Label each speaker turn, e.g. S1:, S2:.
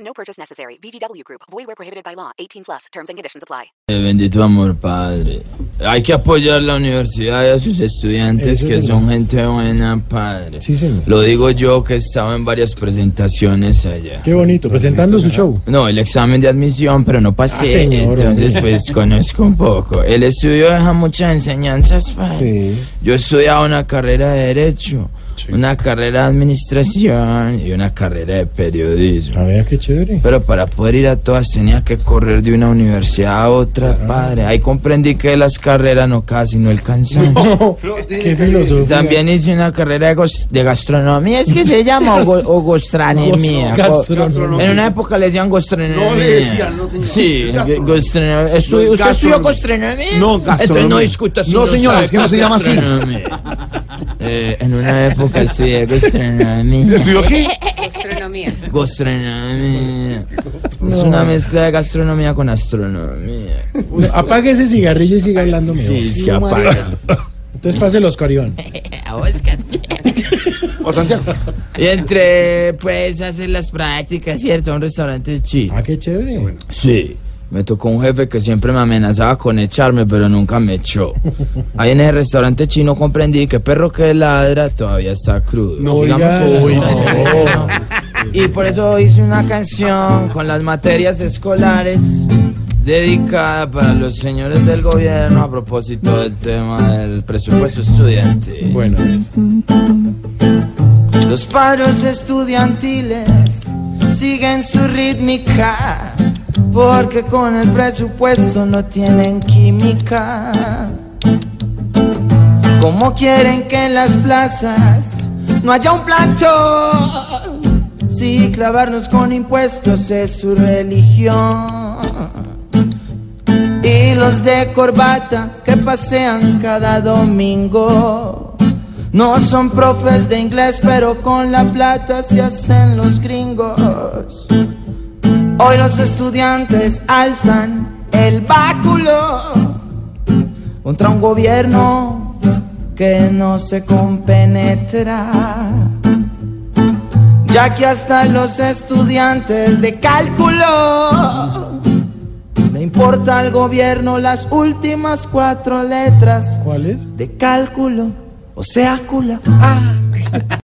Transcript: S1: No purchase necessary. VGW Group. Void where prohibited by law. 18 plus. Terms and conditions apply.
S2: Eh, Bendito amor, padre. Hay que apoyar la universidad y a sus estudiantes
S3: Eso
S2: que
S3: es
S2: son gente buena, padre.
S3: Sí, señor.
S2: Lo digo yo que he estado en varias presentaciones allá.
S3: Qué bonito, presentando su show.
S2: No, el examen de admisión, pero no pasé.
S3: Ah, señor,
S2: entonces,
S3: hombre.
S2: pues conozco un poco. El estudio deja muchas enseñanzas, padre.
S3: Sí.
S2: Yo he estudiado una carrera de Derecho, una carrera de Administración y una carrera de Periodismo.
S3: A ver, qué chévere.
S2: Pero para poder ir a todas tenía que correr de una universidad a otra, padre. Ahí comprendí que las carreras no casi no alcanzan.
S3: qué filosofía.
S2: También hice una carrera de, gos- de gastronomía, es que se llama o, go- o gastronomía. Go-
S3: Gastronomía.
S2: En una época le decían gastronomía.
S4: No le decían, no, señor.
S2: Sí,
S4: Gastronomía.
S2: gastronomía. Estu-
S4: No,
S2: ¿Usted estudió
S4: gastronomía.
S2: gastronomía?
S4: No,
S2: Entonces no
S4: gastronomía.
S2: discuta si
S4: No, señor,
S2: sabe
S4: es que no se llama así.
S2: gastronomía. Eh, en una época estudié gastronomía.
S4: ¿Estudió qué?
S2: Gastronomía. Es una mezcla de gastronomía con astronomía.
S3: Apague ese cigarrillo y siga hablando mejor.
S2: Sí, es que apaga.
S3: Entonces pase los caribán.
S4: ¿O Santiago?
S2: Y entre, pues, hacer las prácticas, ¿cierto? A un restaurante chido.
S3: Ah, qué chévere.
S2: Sí. Me tocó un jefe que siempre me amenazaba con echarme, pero nunca me echó. Ahí en el restaurante chino comprendí que perro que ladra todavía está crudo.
S3: Oiga, uy, no.
S2: Y por eso hice una canción con las materias escolares dedicada para los señores del gobierno a propósito del tema del presupuesto estudiantil.
S3: Bueno,
S2: Los paros estudiantiles siguen su rítmica porque con el presupuesto no tienen química. ¿Cómo quieren que en las plazas no haya un plato? Si clavarnos con impuestos es su religión. Y los de corbata que pasean cada domingo. No son profes de inglés, pero con la plata se hacen los gringos. Hoy los estudiantes alzan el báculo contra un gobierno que no se compenetra. Ya que hasta los estudiantes de cálculo le importa al gobierno las últimas cuatro letras
S3: ¿cuál es?
S2: de cálculo, o sea, cula.